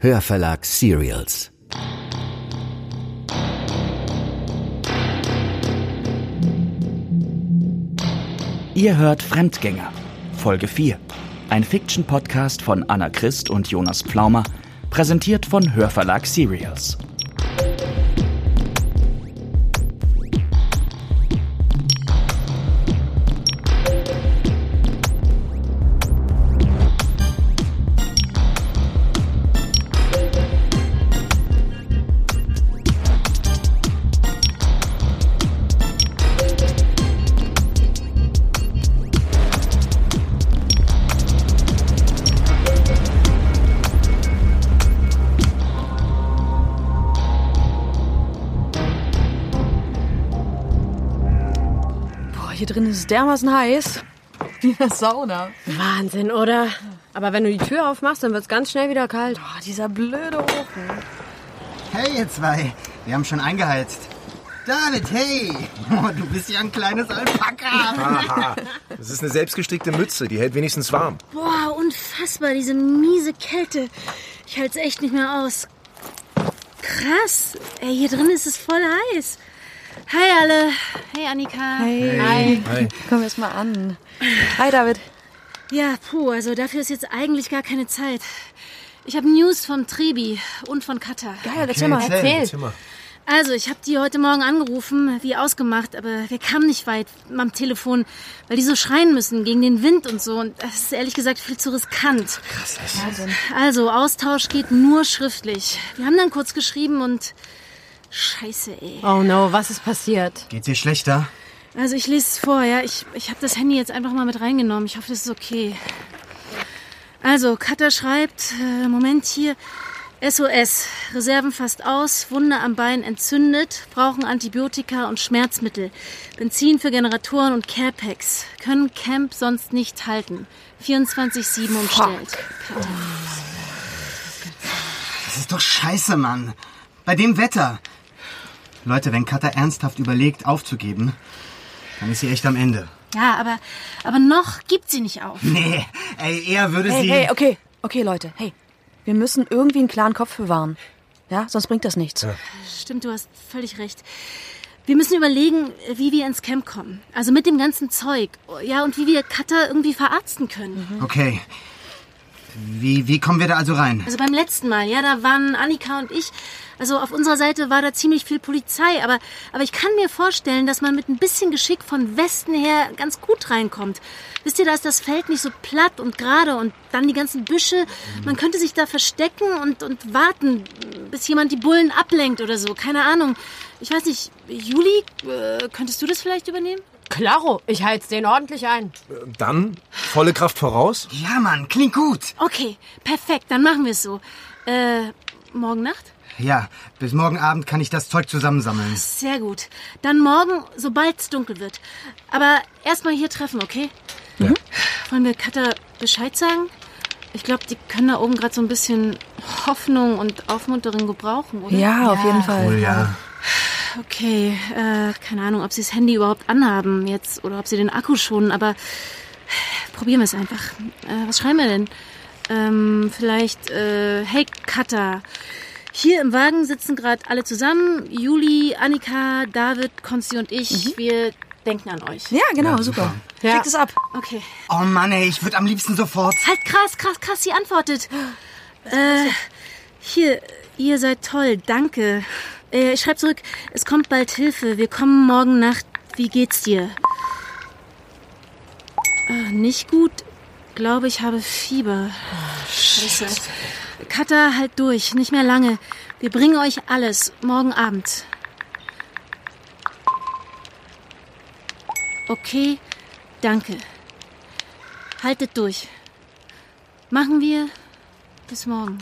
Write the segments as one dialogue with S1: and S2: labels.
S1: Hörverlag Serials.
S2: Ihr hört Fremdgänger, Folge 4. Ein Fiction-Podcast von Anna Christ und Jonas Pflaumer, präsentiert von Hörverlag Serials.
S3: Boah, hier drin ist es dermaßen heiß.
S4: Wie eine Sauna.
S3: Wahnsinn, oder? Aber wenn du die Tür aufmachst, dann wird es ganz schnell wieder kalt.
S4: Oh, dieser blöde Ofen.
S5: Hey, ihr zwei. Wir haben schon eingeheizt. David, hey. Oh, du bist ja ein kleines Alpaka.
S6: Das ist eine selbstgestrickte Mütze, die hält wenigstens warm.
S7: Boah, unfassbar, diese miese Kälte. Ich halte es echt nicht mehr aus. Krass, ey, hier drin ist es voll heiß. Hi alle. Hey Annika.
S4: Hey. Komm erst mal an. Hi, David.
S7: Ja, puh, also dafür ist jetzt eigentlich gar keine Zeit. Ich habe News von Trebi und von Katha.
S4: Geil, erzähl mal.
S7: Also, ich habe die heute Morgen angerufen, wie ausgemacht, aber wir kamen nicht weit am Telefon, weil die so schreien müssen gegen den Wind und so. Und das ist ehrlich gesagt viel zu riskant. Krass. Also, Austausch geht nur schriftlich. Wir haben dann kurz geschrieben und... Scheiße, ey.
S3: Oh no, was ist passiert?
S5: Geht's dir schlechter?
S7: Also ich lese es vor, ja. Ich, ich habe das Handy jetzt einfach mal mit reingenommen. Ich hoffe, das ist okay. Also, Katha schreibt, äh, Moment hier, SOS, Reserven fast aus, Wunde am Bein entzündet, brauchen Antibiotika und Schmerzmittel, Benzin für Generatoren und Carepacks, können Camp sonst nicht halten. 24-7 umstellt.
S5: Das ist doch scheiße, Mann. Bei dem Wetter. Leute, wenn Katha ernsthaft überlegt, aufzugeben, dann ist sie echt am Ende.
S7: Ja, aber, aber noch gibt sie nicht auf.
S5: Nee, ey, eher würde
S4: Hey,
S5: sie...
S4: hey, okay. Okay, Leute, hey. Wir müssen irgendwie einen klaren Kopf bewahren. Ja, sonst bringt das nichts.
S7: Stimmt, du hast völlig recht. Wir müssen überlegen, wie wir ins Camp kommen. Also mit dem ganzen Zeug. Ja, und wie wir Katha irgendwie verarzten können.
S5: Okay. Wie, wie kommen wir da also rein?
S7: Also beim letzten Mal, ja, da waren Annika und ich. Also auf unserer Seite war da ziemlich viel Polizei. Aber, aber ich kann mir vorstellen, dass man mit ein bisschen Geschick von Westen her ganz gut reinkommt. Wisst ihr, da ist das Feld nicht so platt und gerade und dann die ganzen Büsche. Man könnte sich da verstecken und, und warten, bis jemand die Bullen ablenkt oder so. Keine Ahnung. Ich weiß nicht, Juli, äh, könntest du das vielleicht übernehmen?
S3: Klaro, ich heiz den ordentlich ein.
S6: Dann volle Kraft voraus.
S5: Ja, Mann, klingt gut.
S7: Okay, perfekt, dann machen wir es so. Äh, morgen Nacht?
S5: Ja, bis morgen Abend kann ich das Zeug zusammensammeln.
S7: Sehr gut. Dann morgen, sobald es dunkel wird. Aber erstmal hier treffen, okay? Mhm. Wollen wir Katha Bescheid sagen? Ich glaube, die können da oben gerade so ein bisschen Hoffnung und Aufmunterung gebrauchen, oder?
S4: Ja, auf jeden Fall.
S5: Oh ja.
S7: Okay, äh, keine Ahnung, ob sie das Handy überhaupt anhaben jetzt oder ob sie den Akku schonen, aber probieren wir es einfach. Äh, was schreiben wir denn? Ähm, vielleicht, äh, hey Katha. Hier im Wagen sitzen gerade alle zusammen. Juli, Annika, David, Konsti und ich. Wir denken an euch.
S4: Ja, genau, super.
S3: Ja.
S4: Schickt es ab.
S7: Okay.
S5: Oh Mann, ey, ich würde am liebsten sofort...
S7: Halt krass, krass, krass, sie antwortet. Äh, hier, ihr seid toll, danke. Äh, ich schreibe zurück, es kommt bald Hilfe, wir kommen morgen Nacht. Wie geht's dir? Äh, nicht gut, glaube ich, habe Fieber. Scheiße. Katha, halt durch, nicht mehr lange. Wir bringen euch alles, morgen Abend. Okay, danke. Haltet durch. Machen wir bis morgen.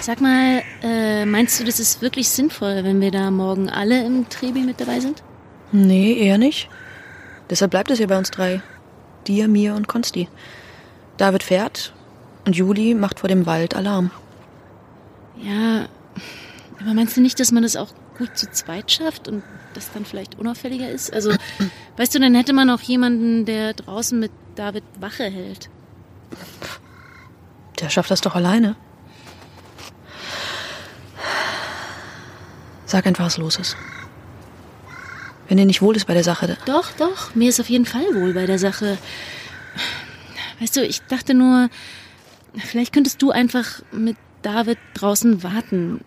S7: Sag mal, äh, meinst du, das ist wirklich sinnvoll, wenn wir da morgen alle im Trebi mit dabei sind?
S4: Nee, eher nicht. Deshalb bleibt es hier bei uns drei. Dir, mir und Konsti. David fährt und Juli macht vor dem Wald Alarm.
S7: Ja, aber meinst du nicht, dass man das auch gut zu zweit schafft und das dann vielleicht unauffälliger ist? Also Weißt du, dann hätte man auch jemanden, der draußen mit David Wache hält.
S4: Der schafft das doch alleine. Sag einfach, was los ist. Wenn dir nicht wohl ist bei der Sache,
S7: Doch, doch, mir ist auf jeden Fall wohl bei der Sache. Weißt du, ich dachte nur, vielleicht könntest du einfach mit David draußen warten.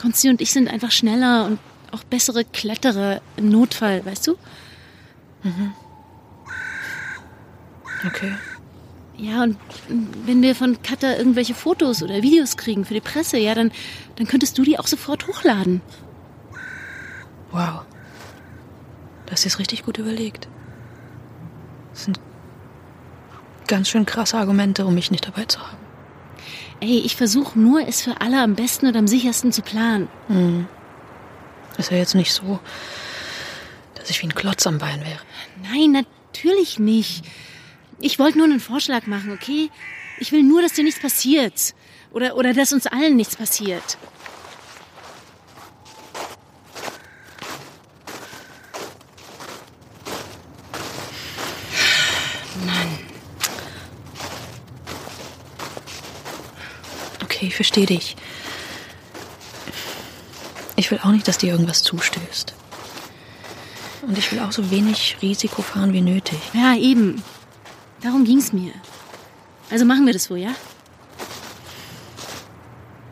S7: Konzi und ich sind einfach schneller und auch bessere Kletterer im Notfall, weißt du?
S4: okay.
S7: Ja, und wenn wir von Katha irgendwelche Fotos oder Videos kriegen für die Presse, ja, dann, dann könntest du die auch sofort hochladen.
S4: Wow. Das ist richtig gut überlegt. Das sind ganz schön krasse Argumente, um mich nicht dabei zu haben.
S7: Ey, ich versuche nur, es für alle am besten und am sichersten zu planen.
S4: Ist ja jetzt nicht so, dass ich wie ein Klotz am Bein wäre.
S7: Nein, natürlich nicht. Ich wollte nur einen Vorschlag machen, okay? Ich will nur, dass dir nichts passiert. Oder, oder dass uns allen nichts passiert.
S4: Okay, ich verstehe dich. Ich will auch nicht, dass dir irgendwas zustößt. Und ich will auch so wenig Risiko fahren wie nötig.
S7: Ja, eben. Darum ging's mir. Also machen wir das so, ja?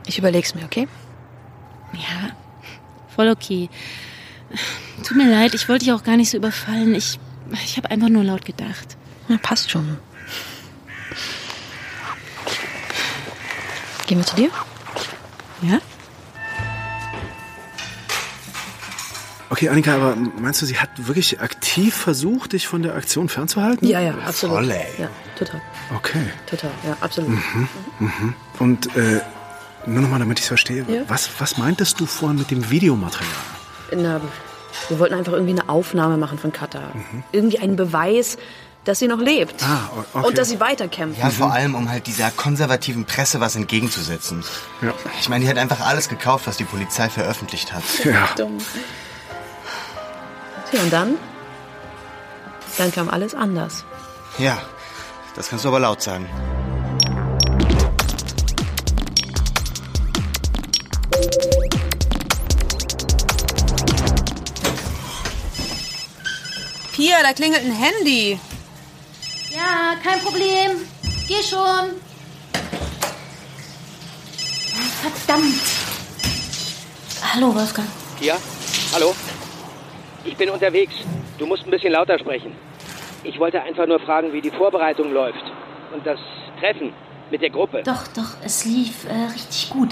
S4: Ich überleg's mir, okay?
S7: Ja, voll okay. Tut mir leid, ich wollte dich auch gar nicht so überfallen. Ich, ich habe einfach nur laut gedacht.
S4: Na, passt schon. Gehen wir zu dir?
S7: Ja?
S6: Okay, Annika, aber meinst du, sie hat wirklich aktiv versucht, dich von der Aktion fernzuhalten?
S8: Ja, ja, absolut.
S6: Voll, ey.
S8: Ja, total,
S6: Okay.
S8: total, ja, absolut.
S6: Und äh, nur nochmal, damit ich es verstehe.
S8: Ja.
S6: Was, was meintest du vorhin mit dem Videomaterial?
S8: Na, wir wollten einfach irgendwie eine Aufnahme machen von Katha. Irgendwie einen Beweis, dass sie noch lebt.
S6: Mhm. Ah, o- okay.
S8: Und dass sie weiterkämpft.
S5: Ja, vor allem, um halt dieser konservativen Presse was entgegenzusetzen.
S6: Ja.
S5: Ich meine, die hat einfach alles gekauft, was die Polizei veröffentlicht hat.
S6: Ja.
S8: Dumm. Tja, und dann? Dann kam alles anders.
S5: Ja, das kannst du aber laut sagen.
S9: Pia, da klingelt ein Handy.
S7: Ja, kein Problem. Geh schon. Verdammt. Hallo, Wolfgang.
S10: Pia? Hallo? Ich bin unterwegs. Du musst ein bisschen lauter sprechen. Ich wollte einfach nur fragen, wie die Vorbereitung läuft. Und das Treffen mit der Gruppe.
S7: Doch, doch, es lief äh, richtig gut.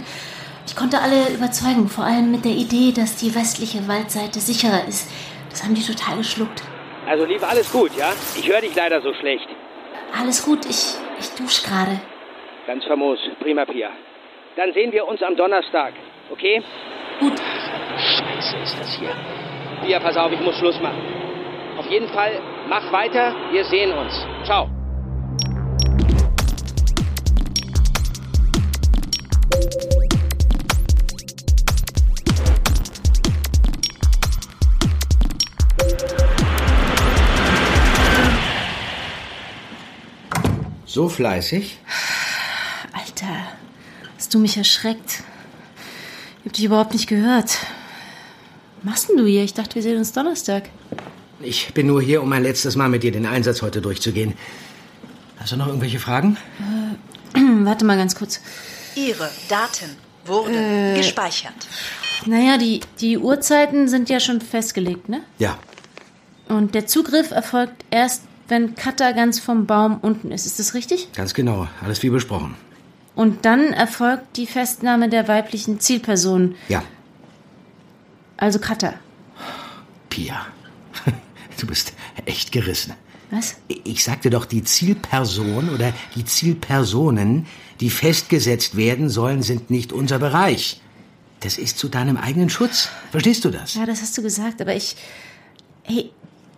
S7: Ich konnte alle überzeugen, vor allem mit der Idee, dass die westliche Waldseite sicherer ist. Das haben die total geschluckt.
S10: Also lief alles gut, ja? Ich höre dich leider so schlecht.
S7: Alles gut, ich, ich dusche gerade.
S10: Ganz famos. Prima, Pia. Dann sehen wir uns am Donnerstag. Okay?
S7: Gut,
S10: Scheiße ist das hier. Pia, pass auf, ich muss Schluss machen. Auf jeden Fall, mach weiter. Wir sehen uns. Ciao.
S2: So fleißig?
S7: Alter, hast du mich erschreckt. Ich hab dich überhaupt nicht gehört. Was machst denn du hier? Ich dachte, wir sehen uns Donnerstag.
S2: Ich bin nur hier, um ein letztes Mal mit dir den Einsatz heute durchzugehen. Hast du noch irgendwelche Fragen?
S7: Hm, Warte mal ganz kurz.
S9: Ihre Daten wurden gespeichert.
S7: Naja, die, die Uhrzeiten sind ja schon festgelegt, ne?
S2: Ja.
S7: Und der Zugriff erfolgt erst, wenn Katha ganz vom Baum unten ist. Ist das richtig?
S2: Ganz genau. Alles wie besprochen.
S7: Und dann erfolgt die Festnahme der weiblichen Zielperson,
S2: Ja.
S7: also Katha.
S2: Pia. Du bist echt gerissen.
S7: Was?
S2: Ich sagte doch, die Zielperson oder die Zielpersonen, die festgesetzt werden sollen, sind nicht unser Bereich. Das ist zu deinem eigenen Schutz. Verstehst du das?
S7: Ja, das hast du gesagt, aber ich. Hey,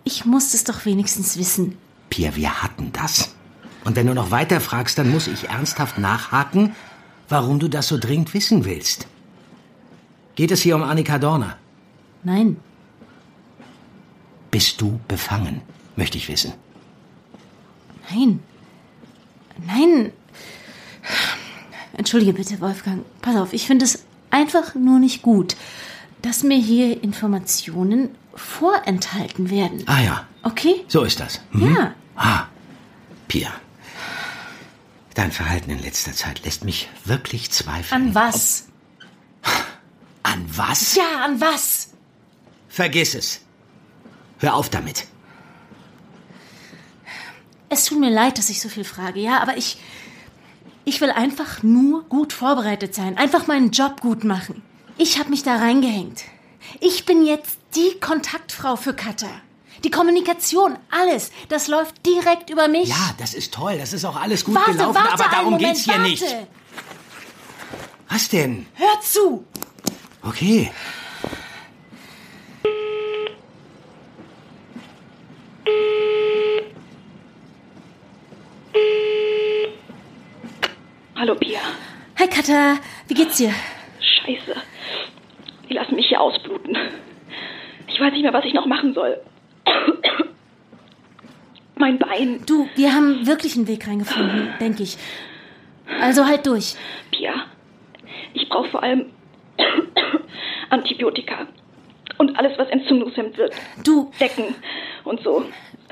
S7: ich muss es doch wenigstens wissen.
S2: Pia, wir hatten das. Und wenn du noch weiter fragst, dann muss ich ernsthaft nachhaken, warum du das so dringend wissen willst. Geht es hier um Annika Dorner?
S7: Nein.
S5: Bist du befangen, möchte ich wissen.
S7: Nein. Nein. Entschuldige bitte, Wolfgang. Pass auf, ich finde es einfach nur nicht gut, dass mir hier Informationen vorenthalten werden.
S5: Ah ja,
S7: Okay?
S5: so ist das.
S7: Ja.
S5: Ah, Pia. Dein Verhalten in letzter Zeit lässt mich wirklich zweifeln.
S7: An was?
S5: An was?
S7: Ja, an was?
S5: Vergiss es. Hör auf damit.
S7: Es tut mir leid, dass ich so viel frage, ja, aber ich. Ich will einfach nur gut vorbereitet sein, einfach meinen Job gut machen. Ich habe mich da reingehängt. Ich bin jetzt die Kontaktfrau für Katha. Die Kommunikation, alles, das läuft direkt über mich.
S5: Ja, das ist toll. Das ist auch alles gut
S7: warte,
S5: gelaufen,
S7: warte
S5: aber
S7: einen
S5: darum
S7: Moment,
S5: geht's hier
S7: warte.
S5: nicht. Was denn?
S7: Hör zu!
S5: Okay.
S11: Hallo Pia.
S7: Hi Katha, wie geht's dir?
S11: Scheiße. Die lassen mich hier ausbluten. Ich weiß nicht mehr, was ich noch machen soll. Mein Bein.
S7: Du, wir haben wirklich einen Weg reingefunden, denke ich. Also halt durch.
S11: Pia, ich brauche vor allem Antibiotika. Und alles, was entzündungshemmend wird.
S7: Du.
S11: Decken und so.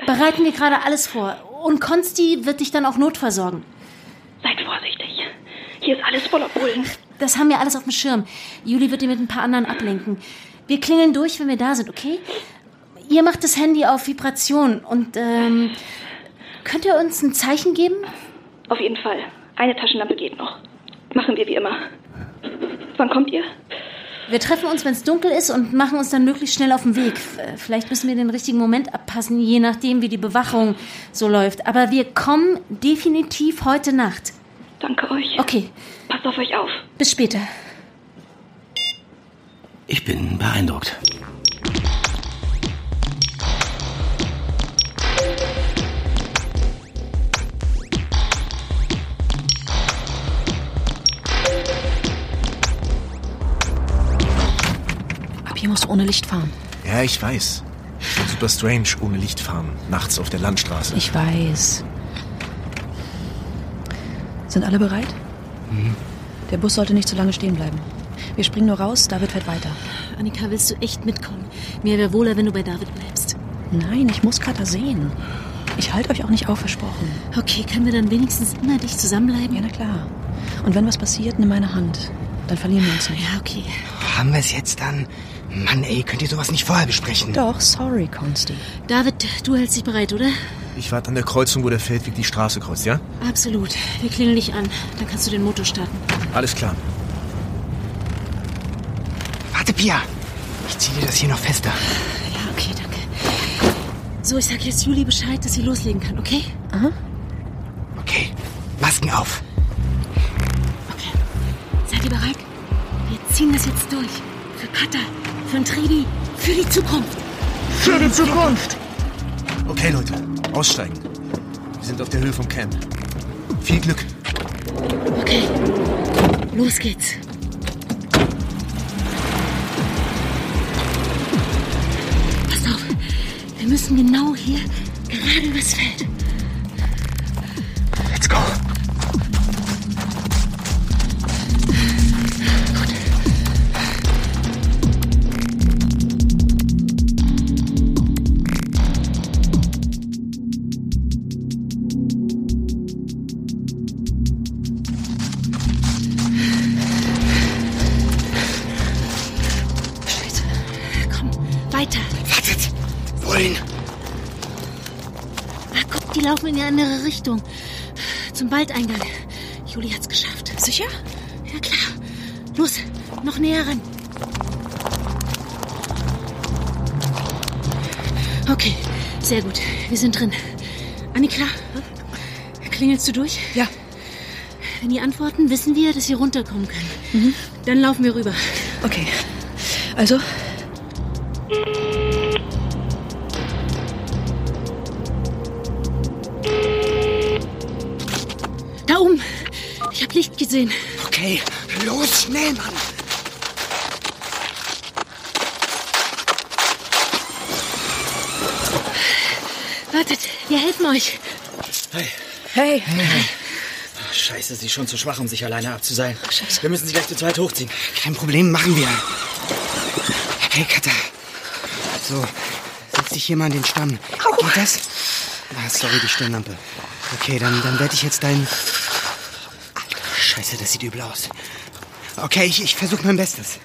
S7: Bereiten wir gerade alles vor. Und Konsti wird dich dann auch notversorgen.
S11: Seid vorsichtig. Hier ist alles voller Bullen.
S7: Das haben wir alles auf dem Schirm. Juli wird dir mit ein paar anderen ablenken. Wir klingeln durch, wenn wir da sind, okay? Ihr macht das Handy auf Vibration und ähm, könnt ihr uns ein Zeichen geben?
S11: Auf jeden Fall. Eine Taschenlampe geht noch. Machen wir wie immer. Wann kommt ihr?
S7: Wir treffen uns, wenn es dunkel ist und machen uns dann möglichst schnell auf den Weg. F- äh, Vielleicht müssen wir den richtigen Moment abpassen, je nachdem, wie die Bewachung so läuft. Aber wir kommen definitiv heute Nacht.
S11: Danke euch.
S7: Okay,
S11: Passt auf euch auf.
S7: bis später.
S5: Ich bin beeindruckt.
S4: Ab hier musst du ohne Licht fahren.
S6: Ja, ich weiß. Schon super strange ohne Licht fahren. Nachts auf der Landstraße.
S4: Ich weiß. Sind alle bereit? Der Bus sollte nicht zu lange stehen bleiben. Wir springen nur raus, David fährt weiter.
S3: Annika, willst du echt mitkommen? Mir wäre wohler, wenn du bei David bleibst.
S4: Nein, ich muss Katar sehen. Ich halte euch auch nicht auf, versprochen.
S3: Okay, können wir dann wenigstens immer dich zusammenbleiben?
S4: Ja, na klar. Und wenn was passiert, nimm meine Hand. Dann verlieren wir uns nicht.
S3: Ja, okay.
S12: Haben wir es jetzt dann? Mann, ey, könnt ihr sowas nicht vorher besprechen?
S4: Doch, sorry, Consti.
S3: David, du hältst dich bereit, oder?
S6: Ich warte an der Kreuzung, wo der Feldweg die Straße kreuzt, ja?
S3: Absolut. Wir klingeln dich an. Dann kannst du den Motor starten.
S6: Alles klar.
S12: Warte, Pia. Ich ziehe dir das hier noch fester.
S3: Ja, okay, danke. So, ich sag jetzt Juli Bescheid, dass sie loslegen kann, okay?
S12: Okay, Masken auf.
S3: Seid ihr bereit? Wir ziehen das jetzt durch. Für Kata, für den Trevi, für die Zukunft.
S6: Für die Zukunft! Okay, Leute, aussteigen. Wir sind auf der Höhe vom Camp. Viel Glück.
S3: Okay, los geht's. Passt auf, wir müssen genau hier gerade übers Feld.
S12: Let's go.
S3: Scheiße. Komm, weiter. Wartet,
S12: Wohin?
S3: Ah, guck, die laufen in die andere Richtung. Zum Waldeingang. Juli hat's geschafft. Sicher? Ja, klar. Los, noch näher ran. Okay, sehr gut. Wir sind drin. Annika, klingelst du durch?
S4: Ja.
S3: Wenn die antworten, wissen wir, dass sie runterkommen können. Dann laufen wir rüber.
S4: Mhm. Okay. Also,
S3: Da oben. Ich hab Licht gesehen.
S12: Okay, los, schnell, Mann.
S7: Wartet, wir helfen euch.
S6: Hey.
S7: Hey.
S6: Ach, Scheiße, sie ist schon zu schwach, um sich alleine abzuseilen. Wir müssen sie gleich zu zweit hochziehen.
S5: Kein Problem, machen wir. Hey, Katha. So, setz dich hier mal an den Stamm. Geht das? Ah, sorry, die Stirnlampe. Okay, dann, dann werde ich jetzt dein... Alter, Scheiße, das sieht übel aus. Okay, ich, ich versuche mein Bestes.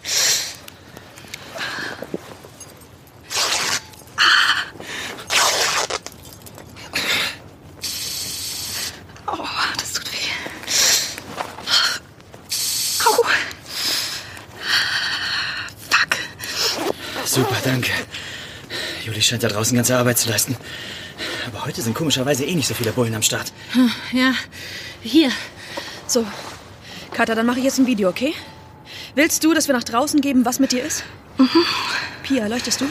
S4: Oh, das tut weh. Au.
S6: Super, danke. Juli scheint da draußen ganze Arbeit zu leisten. Aber heute sind komischerweise eh nicht so viele Bullen am Start.
S4: Hm, ja, hier. So, Katha, dann mache ich jetzt ein Video, okay? Willst du, dass wir nach draußen geben, was mit dir ist? Mhm. Pia, leuchtest du?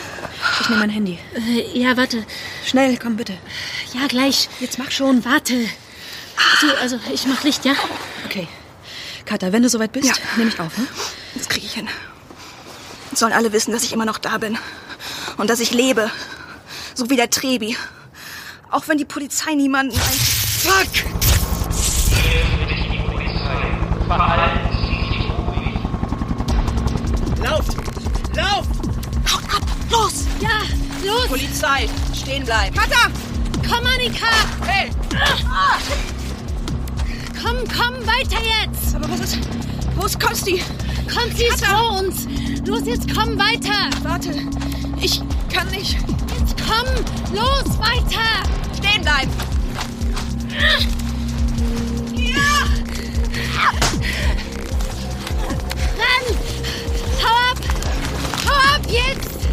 S4: Ich nehme mein Handy.
S3: Äh,
S7: ja, warte.
S4: Schnell, komm bitte.
S7: Ja, gleich.
S4: Jetzt mach schon.
S7: Warte. So, also ich mach Licht, ja?
S4: Okay. Katha, wenn du soweit bist, nehme ich auf. Hm?
S13: Das kriege ich hin. Jetzt sollen alle wissen, dass ich immer noch da bin. Und dass ich lebe. So wie der Trebi. Auch wenn die Polizei niemanden ein... Fuck!
S6: Lauft! Lauft!
S13: Haut ab! Los!
S7: Ja, los!
S9: Polizei, stehen bleiben.
S13: Katha!
S7: Komm, Annika! Ah!
S9: Hey!
S7: Komm, komm, weiter jetzt!
S13: Aber was ist. Wo ist Kosti?
S7: Komm, sie ist vor uns! Los, jetzt komm weiter!
S13: Warte, ich kann nicht.
S7: Jetzt komm! Los, weiter!
S9: Stehen bleiben.
S7: Ran! Hau ab! Hau ab jetzt!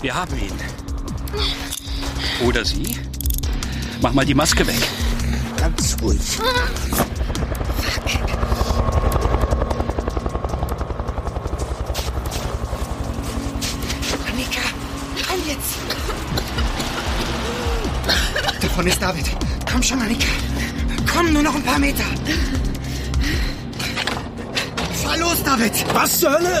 S14: Wir haben ihn. Oder sie? Mach mal die Maske weg. Ganz ruhig.
S5: Annika, rein jetzt! Davon ist David. Komm schon, Annika. Komm, nur noch ein paar Meter. Fahr los, David! Was zur Hölle?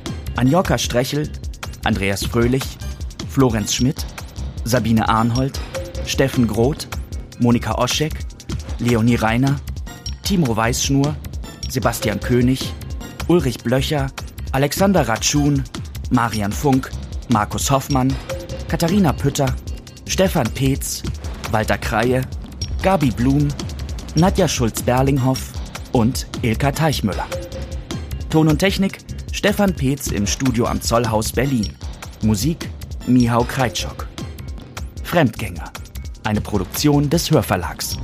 S2: Anjoka Strechel, Andreas Fröhlich, Florenz Schmidt, Sabine Arnhold, Steffen Groth, Monika Oschek, Leonie Reiner, Timo Weißschnur, Sebastian König, Ulrich Blöcher, Alexander Ratschun, Marian Funk, Markus Hoffmann, Katharina Pütter, Stefan Peetz, Walter Kreie, Gabi Blum, Nadja Schulz-Berlinghoff und Ilka Teichmüller. Ton und Technik Stefan Peetz im Studio am Zollhaus Berlin. Musik Mihau Kreitschok. Fremdgänger. Eine Produktion des Hörverlags.